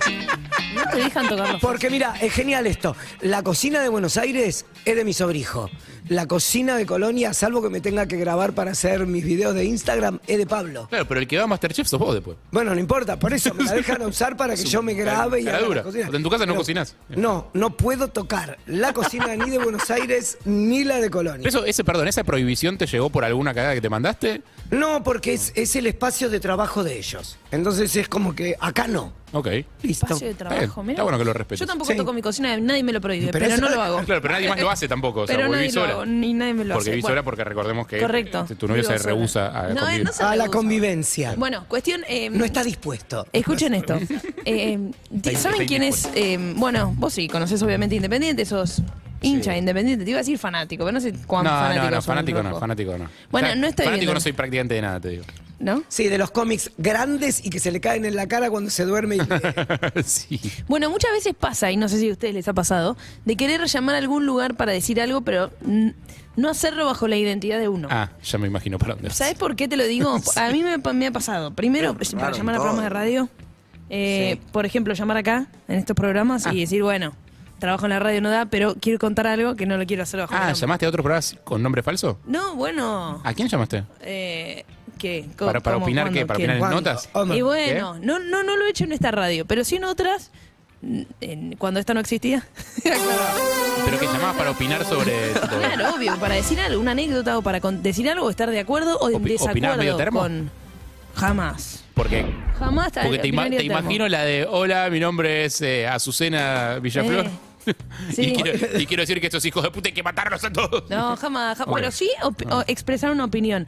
No te dejan tocarlos. Porque mira, es genial esto. La cocina de Buenos Aires es de mi sobrijo. La cocina de Colonia, salvo que me tenga que grabar para hacer mis videos de Instagram, es de Pablo. Claro, pero el que va a Masterchef sos vos después. Bueno, no importa, por [laughs] eso me la dejan usar para que yo me grabe y cara haga dura. la cocina. En tu casa no cocinás. No, no puedo tocar la cocina ni de Buenos Aires ni la de Colonia. Eso, ese, perdón, ¿esa prohibición te llegó por alguna cagada que te mandaste? No, porque es, es el espacio de trabajo de ellos. Entonces es como que acá no. Ok. Listo. Espacio de trabajo, Está mira. bueno que lo respetes. Ah, Yo tampoco Sí. toco mi cocina, nadie me lo prohíbe, Pero pero, eso- no lo hago. Claro, pero nadie más lo hace tampoco. O sea, pero vos nadie vivís lo sola. hago, ni nadie me lo Porque hace. vivís Bueno, sola porque recordemos que este, Correcto. tu novio Vivo se sola. rehúsa a No, convivir. no se A la rehúsa. convivencia. Bueno, cuestión... eh, No está dispuesto. Escuchen [laughs] esto. Eh, Está- ¿Saben está quién es? eh, bueno, vos sí, conocés obviamente Independiente, sos hincha de Independiente. Te iba a decir fanático, pero no sé No, cuán no, fanático no, sos, fanático no, Rocco. fanático no. Bueno, Ya, no estoy Fanático viendo. no soy practicante de nada, te digo. [laughs] ¿No? Sí, de los cómics grandes y que se le caen en la cara cuando se [laughs] duerme y lee. sí. Bueno, muchas veces pasa, y no sé si a ustedes les ha pasado, de querer llamar a algún lugar para decir algo, pero mm, no hacerlo bajo la identidad de uno. Ah, ya me imagino para dónde vas. ¿Sabes por qué te lo [laughs] digo? A mí me, me ha pasado. Primero, Claro, para claro, llamar a todo. programas de radio. eh, Por ejemplo, llamar acá, en estos programas, Ah. y decir, bueno, trabajo en la radio, no da, pero quiero contar algo que no lo quiero hacer bajo Ah, mi nombre. ¿llamaste a otro programa con nombre falso? No, bueno. ¿A quién llamaste? Eh, ¿Qué? Co- ¿Para, para cómo, opinar cuándo, qué? ¿Para quién? opinar en ¿Cuándo? notas? Hombre, Y bueno, no, no, no lo he hecho en esta radio, pero sí en otras, mm, en- cuando esta [laughs] no existía. ¿Pero que llamabas para opinar [laughs] sobre...? tipo, claro, obvio, para decir algo, una anécdota o para con- decir algo, o estar de acuerdo o en Opi- ¿opinás desacuerdo medio termo? con... Jamás. Porque, Jamás estaré porque te, ima- opinaría te termo. imagino la de, hola, mi nombre es eh, Azucena Villaflor. Eh, [laughs] sí. y, quiero, y quiero decir que estos hijos de puta hay que matarlos a todos. No, jamás. ja- Ok. Ah. Bueno, sí, op- o expresar una opinión.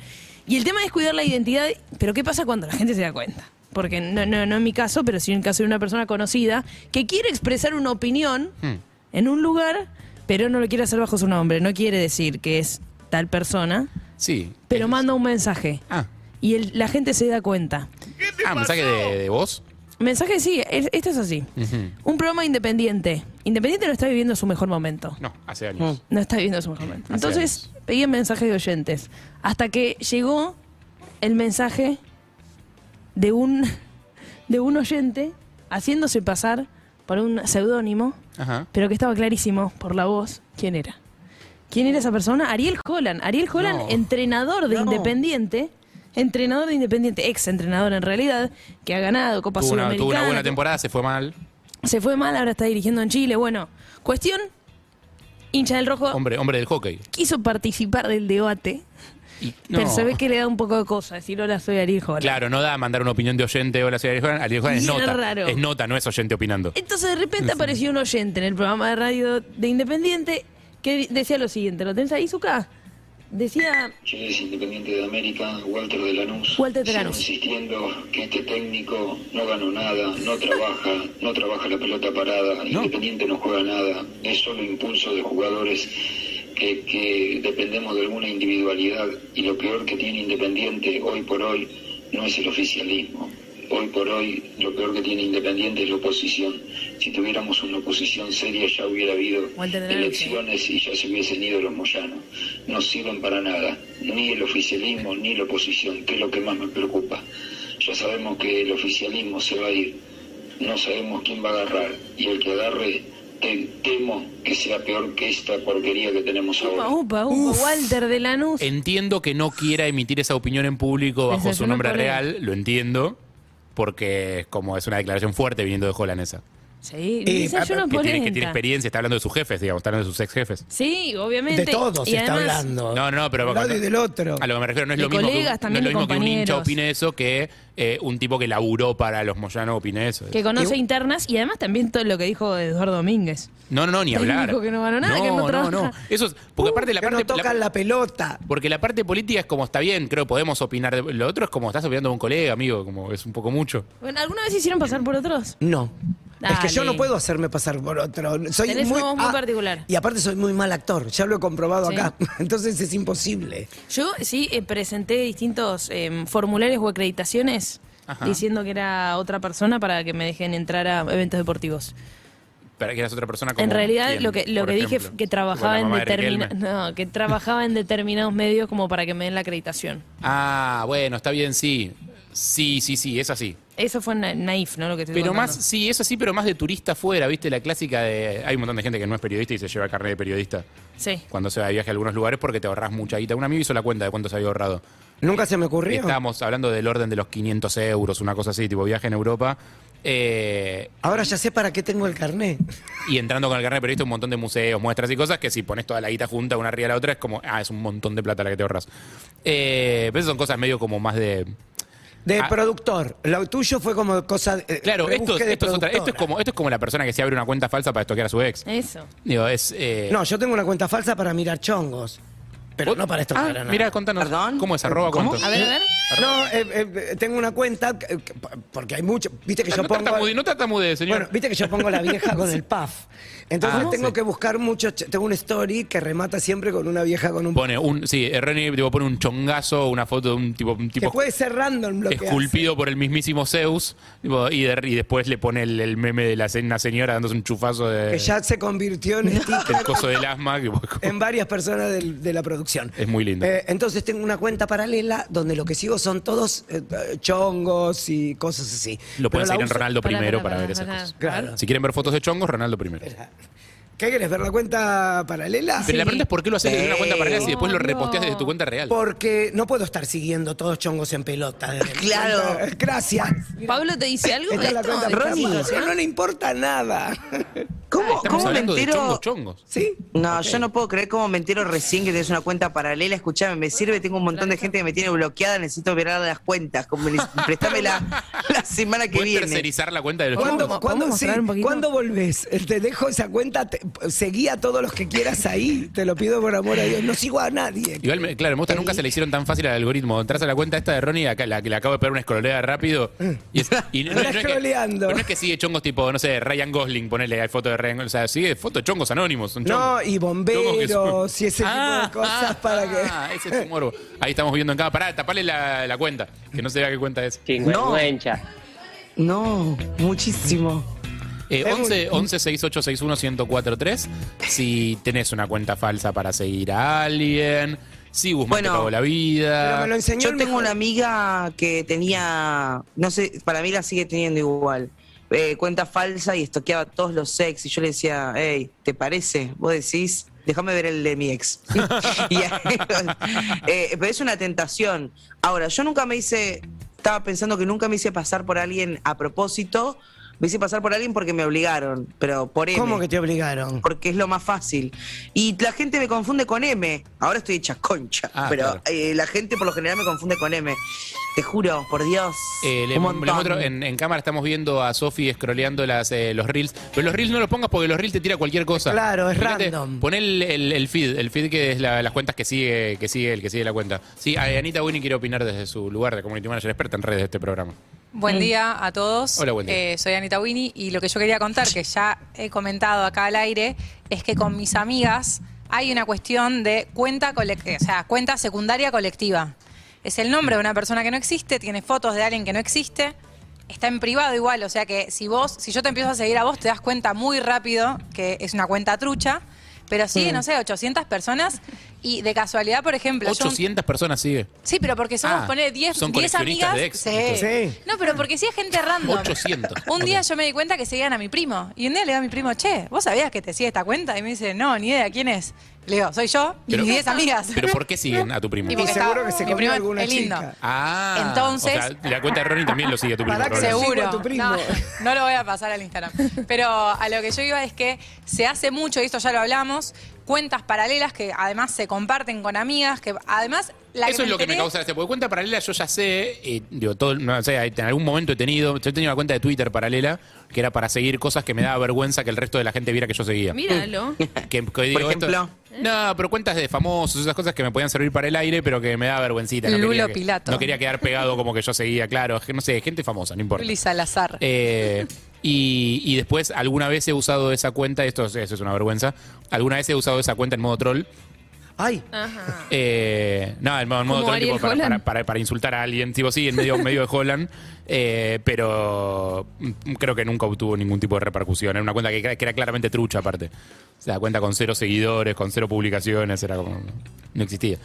Y el tema es cuidar la identidad, pero ¿qué pasa cuando la gente se da cuenta? Porque no, no, no en mi caso, pero sí en el caso de una persona conocida que quiere expresar una opinión Hmm. Mm, en un lugar, pero no lo quiere hacer bajo su nombre, no quiere decir que es tal persona, Sí. pero Es- manda un mensaje. Ah, Y el- la gente se da cuenta. ah mensaje de, de voz. Mensaje, sí, es- esto es así. Un programa independiente. Independiente no está viviendo su mejor momento. No, hace años. No está viendo su mejor Así momento. Entonces pedía mensajes de oyentes. Hasta que llegó el mensaje de un, [laughs] de un oyente haciéndose pasar por un seudónimo, Ajá. pero que estaba clarísimo por la voz quién era. ¿Quién era esa persona? Ariel Holland. Ariel Holland, No. entrenador de No. Independiente. Entrenador de Independiente, ex entrenador en realidad, que ha ganado Copa Tuvo una, Sudamericana. tuvo una buena que- temporada, se fue mal. Se fue mal, ahora está dirigiendo en Chile. Bueno, cuestión, hincha del rojo Hombre, hombre del hockey. quiso participar del debate, Y- pero no. se ve que le da un poco de cosa decir hola soy Ariel Holland. Claro, no da mandar una opinión de oyente o la ciudad de Juan. Ariel Juan es Bien nota. raro. Es nota, no es oyente opinando. Entonces de repente apareció un oyente en el programa de radio de Independiente que decía lo siguiente, ¿lo tenés ahí, Zucca? Decía Chiles Independiente de América, Walter de Lanús. Walter de Lanús. Sigo insistiendo que este técnico no ganó nada, [laughs] no trabaja, no trabaja la pelota parada, Independiente no juega nada, es solo impulso de jugadores que, que dependemos de alguna individualidad y lo peor que tiene Independiente hoy por hoy no es el oficialismo. Hoy por hoy lo peor que tiene Independiente es la oposición. Si tuviéramos una oposición seria ya hubiera habido Walter de Lanús, ¿eh? elecciones y ya se hubiesen ido los moyanos. No sirven para nada, ni el oficialismo ni la oposición, que es lo que más me preocupa. Ya sabemos que el oficialismo se va a ir, no sabemos quién va a agarrar, y el que agarre te- temo que sea peor que esta porquería que tenemos ahora. Upa, upa, upa, Walter de Lanús. Entiendo que no quiera emitir esa opinión en público bajo Ese su es un nombre problema. real, lo entiendo, porque es como es una declaración fuerte viniendo de Jolanesa. Sí, Eh, desayuno ah, Que tiene, que tiene polenta. experiencia, está hablando de sus jefes, digamos, está hablando de sus ex jefes. Sí, obviamente. De todos y se está además, hablando. No, no, no, pero Del lado y del otro. a lo que me refiero no es De lo mismo, que, un- colegas, no es también lo de mismo que un hincha compañeros. opine eso que eh, un tipo que laburó para los Moyano opine eso. Que conoce Y- internas y además también todo lo que dijo Eduardo Domínguez. No, no, no, ni hablar. Técnico que no ganó nada, que no no, trabaja. no. Eso es, porque aparte la Uh, que parte no tocan la, pelota. Porque la parte política es como está bien, creo podemos opinar. de- Lo otro es como estás opinando a un colega, amigo, como es un poco mucho. Bueno, ¿alguna vez hicieron pasar por otros? No. Es que yo Dale. no puedo hacerme pasar por otro. Soy Tenés muy, una ah, voz muy particular. Y aparte soy muy mal actor, ya lo he comprobado Sí. acá. [laughs] Entonces es imposible. Yo sí eh, presenté distintos em, formularios o acreditaciones Ajá. diciendo que era otra persona para que me dejen entrar a eventos deportivos. Para que eras otra persona Ah, como. en realidad quién, lo que lo por que dije ejemplo. fue que Como trabajaba la en mamá de determina- Riquelme. no, que trabajaba en determinados medios como para que me den la acreditación. Ah, bueno, está bien, sí. Sí, sí, sí, es así. Eso fue na- naif, ¿no? Lo que estoy Pero contando. más, sí, es así, pero más de turista fuera, ¿viste? La clásica de. Hay un montón de gente que no es periodista y se lleva carnet de periodista Sí. cuando se va de viaje a algunos lugares porque te ahorras mucha guita. Un amigo hizo la cuenta de cuánto se había ahorrado. Nunca se me ocurrió. Estábamos hablando del orden de los 500 euros, una cosa así, tipo viaje en Europa. Eh, Ahora ya sé para qué tengo el carnet. Y entrando con el carnet de periodista, un montón de museos, muestras y cosas que si pones toda la guita junta una arriba de la otra, es como, ah, es un montón de plata la que te ahorras. Eh, pero son cosas medio como más de. De Ah. productor. Lo tuyo fue como cosa. eh, Claro, esto, rebusque de esto es otra- esto es productora. como, esto es como la persona que se abre una cuenta falsa para estoquear a su ex. Eso. Digo, es. eh, No, yo tengo una cuenta falsa para mirar chongos. Pero vos- no para esto. Ah, para nada. Mira, contanos. Perdón. ¿Cómo es arroba ¿Cómo? cuánto? A ver, a ver. No, eh, eh, tengo una cuenta que- que- porque hay mucho. Viste que yo no pongo. tartamude, no tartamude, señor. Bueno, viste que yo pongo la vieja [laughs] con el puff. Entonces Ah, tengo sí. que buscar mucho. ch- Tengo un story que remata siempre con una vieja con un puff. Pone un. Sí, eh, René tipo, pone un chongazo, una foto de un tipo, un Que tipo puede ser random lo que esculpido por el mismísimo Zeus. tipo, y, de- y después le pone el, el meme de la se- una señora dándose un chufazo de. hace. Que ya se [laughs] convirtió en sticker el coso del asma. que- en varias personas del- de la producción. Es muy lindo. Eh, entonces tengo una cuenta paralela donde lo que sigo son todos eh, chongos y cosas así. [laughs] Lo Pero pueden la seguir en uso- Ronaldo Pará, primero pará, para ver pará, esas pará. cosas. Claro. Si quieren ver fotos de chongos, Ronaldo primero. ¿Qué querés ver la cuenta paralela? Pero la pregunta es por qué lo haces desde una cuenta Sí. paralela si después lo No, reposteas no. desde tu cuenta real. Porque no puedo estar siguiendo todos chongos en pelota. desde mi Claro. cuenta. Gracias. Pablo te dice algo Esta de es la esto? cuenta ¿De esta Ronnie, situación? no le importa nada. Ah, ¿Cómo, Estamos cómo me hablando de entero? chongos, chongos. ¿Sí? No, yo no puedo creer cómo me entero recién que tienes una cuenta paralela. Escuchame, me sirve, tengo un montón de gente que me tiene bloqueada, necesito mirar las cuentas. [laughs] Como, préstame la, la semana que Puedes viene. tercerizar la cuenta de los chongos. ¿Cuándo, ¿Podemos- cuándo- podemos sí, mostrar un poquito? ¿Cuándo volvés? Eh, Te dejo esa cuenta, te- seguí a todos los que quieras ahí. Te lo pido por amor a Dios. No sigo a nadie. Igual, me- claro, me gusta, nunca se le hicieron tan fácil al algoritmo. Entras a la cuenta esta de Ronnie, acá, la que le acabo de pegar una escrolea rápido. Y, es- y Está scrolleando. pero no es que sigue chongos tipo, no sé, Ryan Gosling, ponele hay foto de Ryan Gosling. O sea, sigue foto de chongos anónimos. son No, chongos. y Chongos que son- bomberos y ese Ah, tipo de cosas ah, para Ah, que. ese es tu morbo. Ahí estamos viendo en cada parada. Tapale la, la cuenta, que no se vea qué cuenta es. No, muchísimo. Eh, Es 11, 11 68 61 1043. Si tenés una cuenta falsa para seguir a alguien. Si Guzmán te Bueno, pagó la vida. Pero me lo enseñó Yo el tengo mejor. una amiga que tenía, no sé, para mí la sigue teniendo igual. eh, cuenta falsa y estoqueaba todos los sex. Y yo le decía, hey, ¿te parece? Vos decís, déjame ver el de mi ex. [laughs] Y ahí, [laughs] eh, pero es una tentación. Ahora, yo nunca me hice, estaba pensando que nunca me hice pasar por alguien a propósito. Me hice pasar por alguien porque me obligaron, pero por M. ¿Cómo que te obligaron? [laughs] Porque es lo más fácil. Y la gente me confunde con M. Ahora estoy hecha concha, Ah, pero claro. eh, la gente por lo general me confunde con M. Te juro, por Dios. Eh, le- un le montón. muestro- en, en cámara estamos viendo a Sofi scrolleando las, eh, los reels. Pero los reels no los pongas porque los reels te tira cualquier cosa. Claro, es Fíjate, random. Pon el, el- el feed, el feed que es la- las cuentas que sigue, que sigue el que sigue la cuenta. Sí, a- Anita Winnie quiere opinar desde su lugar de community manager experta en redes de este programa. Buen día a todos. Hola, buen día. Eh, soy Anita Winnie y lo que yo quería contar, que ya he comentado acá al aire, es que con mis amigas hay una cuestión de cuenta, colec- o sea, cuenta secundaria colectiva. Es el nombre de una persona que no existe, tiene fotos de alguien que no existe, está en privado igual, o sea que si vos, si yo te empiezo a seguir a vos, te das cuenta muy rápido que es una cuenta trucha, pero sigue, Mm. no sé, 800 personas y de casualidad, por ejemplo, yo un- 800 personas sigue. Sí, pero porque somos, Ah, poner 10 son 10 coleccionistas amigas. de ex, sí. entonces. No, pero porque sí es gente random. 800. Un día yo me di cuenta que seguían a mi primo. Y un día le digo a mi primo, che, ¿vos sabías que te sigue esta cuenta? Y me dice, no, ni idea, ¿quién es? Le digo, soy yo y Pero- mis 10 amigas. ¿Pero por qué siguen a tu primo? Y porque Y seguro está- que se mi comió primo alguna es lindo. chica. Ah, Entonces- o sea, la cuenta de Ronnie también lo sigue a tu primo. Pará que Ronnie. seguro. a tu primo. No, no lo voy a pasar al Instagram. Pero a lo que yo iba es que se hace mucho, y esto ya lo hablamos, cuentas paralelas que además se comparten con amigas, que además la Eso que es lo que me enteré- causa gracia, porque cuenta paralela yo ya sé, eh, digo, todo, no sé, en algún momento he tenido, yo tenía una cuenta de Twitter paralela, que era para seguir cosas que me daba vergüenza que el resto de la gente viera que yo seguía. Míralo. Que- que digo, esto- ejemplo. no, pero cuentas de famosos, esas cosas que me podían servir para el aire, pero que me daba vergüencita. No quería Lulo que- Pilato. No quería quedar pegado como que yo seguía, claro, no sé, gente famosa, no importa. Luli Salazar. Eh, y, y después, alguna vez he usado esa cuenta, esto es, eso es una vergüenza, alguna vez he usado esa cuenta en modo troll. Ay, Ah, Ajá. Eh, no, en modo, en modo Como troll, tipo, Ariel para, Holland. para- para- para insultar a alguien, tipo, sí, en medio, medio de Holland, eh, pero mm, creo que nunca obtuvo ningún tipo de repercusión. Era una cuenta que, era- que era claramente trucha, aparte. O sea, cuenta con cero seguidores, con cero publicaciones, era como. No existía.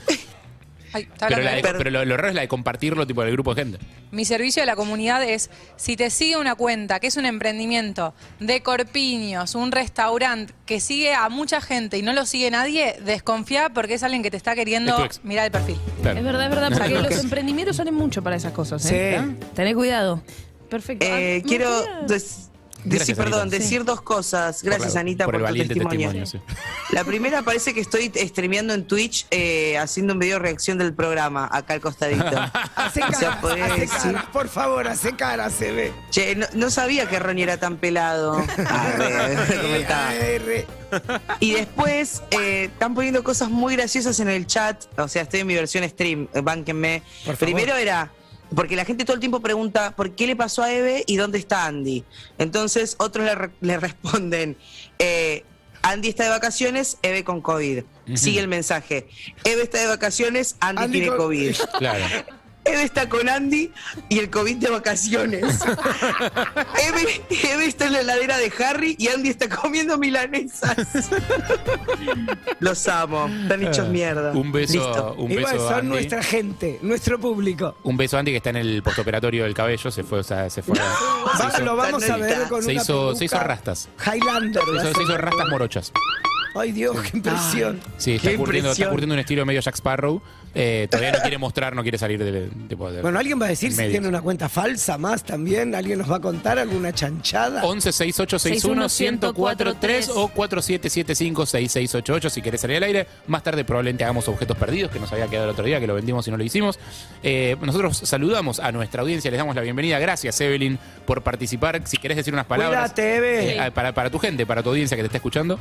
Ay, está Pero, hablando la de- de- pero lo, lo raro es la de compartirlo, tipo, del grupo de gente. Mi servicio a la comunidad es, si te sigue una cuenta que es un emprendimiento de corpiños, un restaurante que sigue a mucha gente y no lo sigue nadie, desconfía porque es alguien que te está Es tu queriendo ex. mirar el perfil. Claro. Es verdad, es verdad, porque los emprendimientos salen mucho para esas cosas. ¿eh? Sí. Tené cuidado. Perfecto. Ah, Eh, ¿me quiero queda? des- Gracias, decir, perdón, Anita. decir dos cosas. Por la- Gracias, Anita, por, el tu valiente testimonio. sí. [laughs] La primera parece que estoy streameando en Twitch eh, haciendo un video reacción del programa acá [laughs] al costadito. hace O sea, caras, podés hace decir- caras, por favor, hace caras, [laughs] se ve. Che, no, no sabía que Ronnie era tan [laughs] pelado. [laughs] Arre, comentaba. Eh, AR. [laughs] Y después eh, están poniendo cosas muy graciosas en el chat. O sea, estoy en mi versión stream, eh, bánquenme. Por favor. Primero era, porque la gente todo el tiempo pregunta, ¿por qué le pasó a Eve y dónde está Andy? Entonces otros le, re- le responden, eh, Andy está de vacaciones, Eve con COVID. Sigue el mensaje. Eve está de vacaciones, Andy, Andy tiene con- [laughs] COVID. Claro. Eve está con Andy y el COVID [laughs] de vacaciones. Eve, Eve está en la heladera de Harry y Andy está comiendo milanesas. Los amo. Están hechos mierda. Ah, Un beso, Listo. un Igual beso son a Andy. nuestra gente, nuestro público. Un beso a Andy que está en el postoperatorio del cabello, se fue, o sea, se fue. [laughs] se Va- hizo- lo vamos a ver con se una hizo- se peluca hizo rastas. Highlander. se hizo- se hizo rastas morochas. Ay, Dios, qué impresión. Sí, está Qué curtiendo, está impresión. curtiendo un estilo medio Jack Sparrow. Eh, todavía no quiere mostrar, no quiere salir del. tipo de- Bueno, alguien va a decir si medios. tiene una cuenta falsa más también. Alguien nos va a contar alguna chanchada. 11 6861 1043 o 4775 6688 si querés salir al aire. Más tarde probablemente hagamos objetos perdidos que nos había quedado el otro día, que lo vendimos y no lo hicimos. Eh, nosotros saludamos a nuestra audiencia, les damos la bienvenida. Gracias, Evelyn, por participar. Si querés decir unas palabras Cuídate, Eve. eh, para, para tu gente, para tu audiencia que te está escuchando.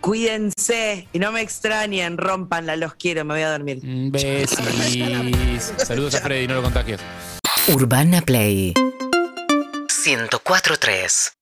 Cuídense y no me extrañen. Rompanla, los quiero. Me voy a dormir. Mm, [laughs] Besis. Saludos a Freddy, no lo contagies. Urbana Play 104.3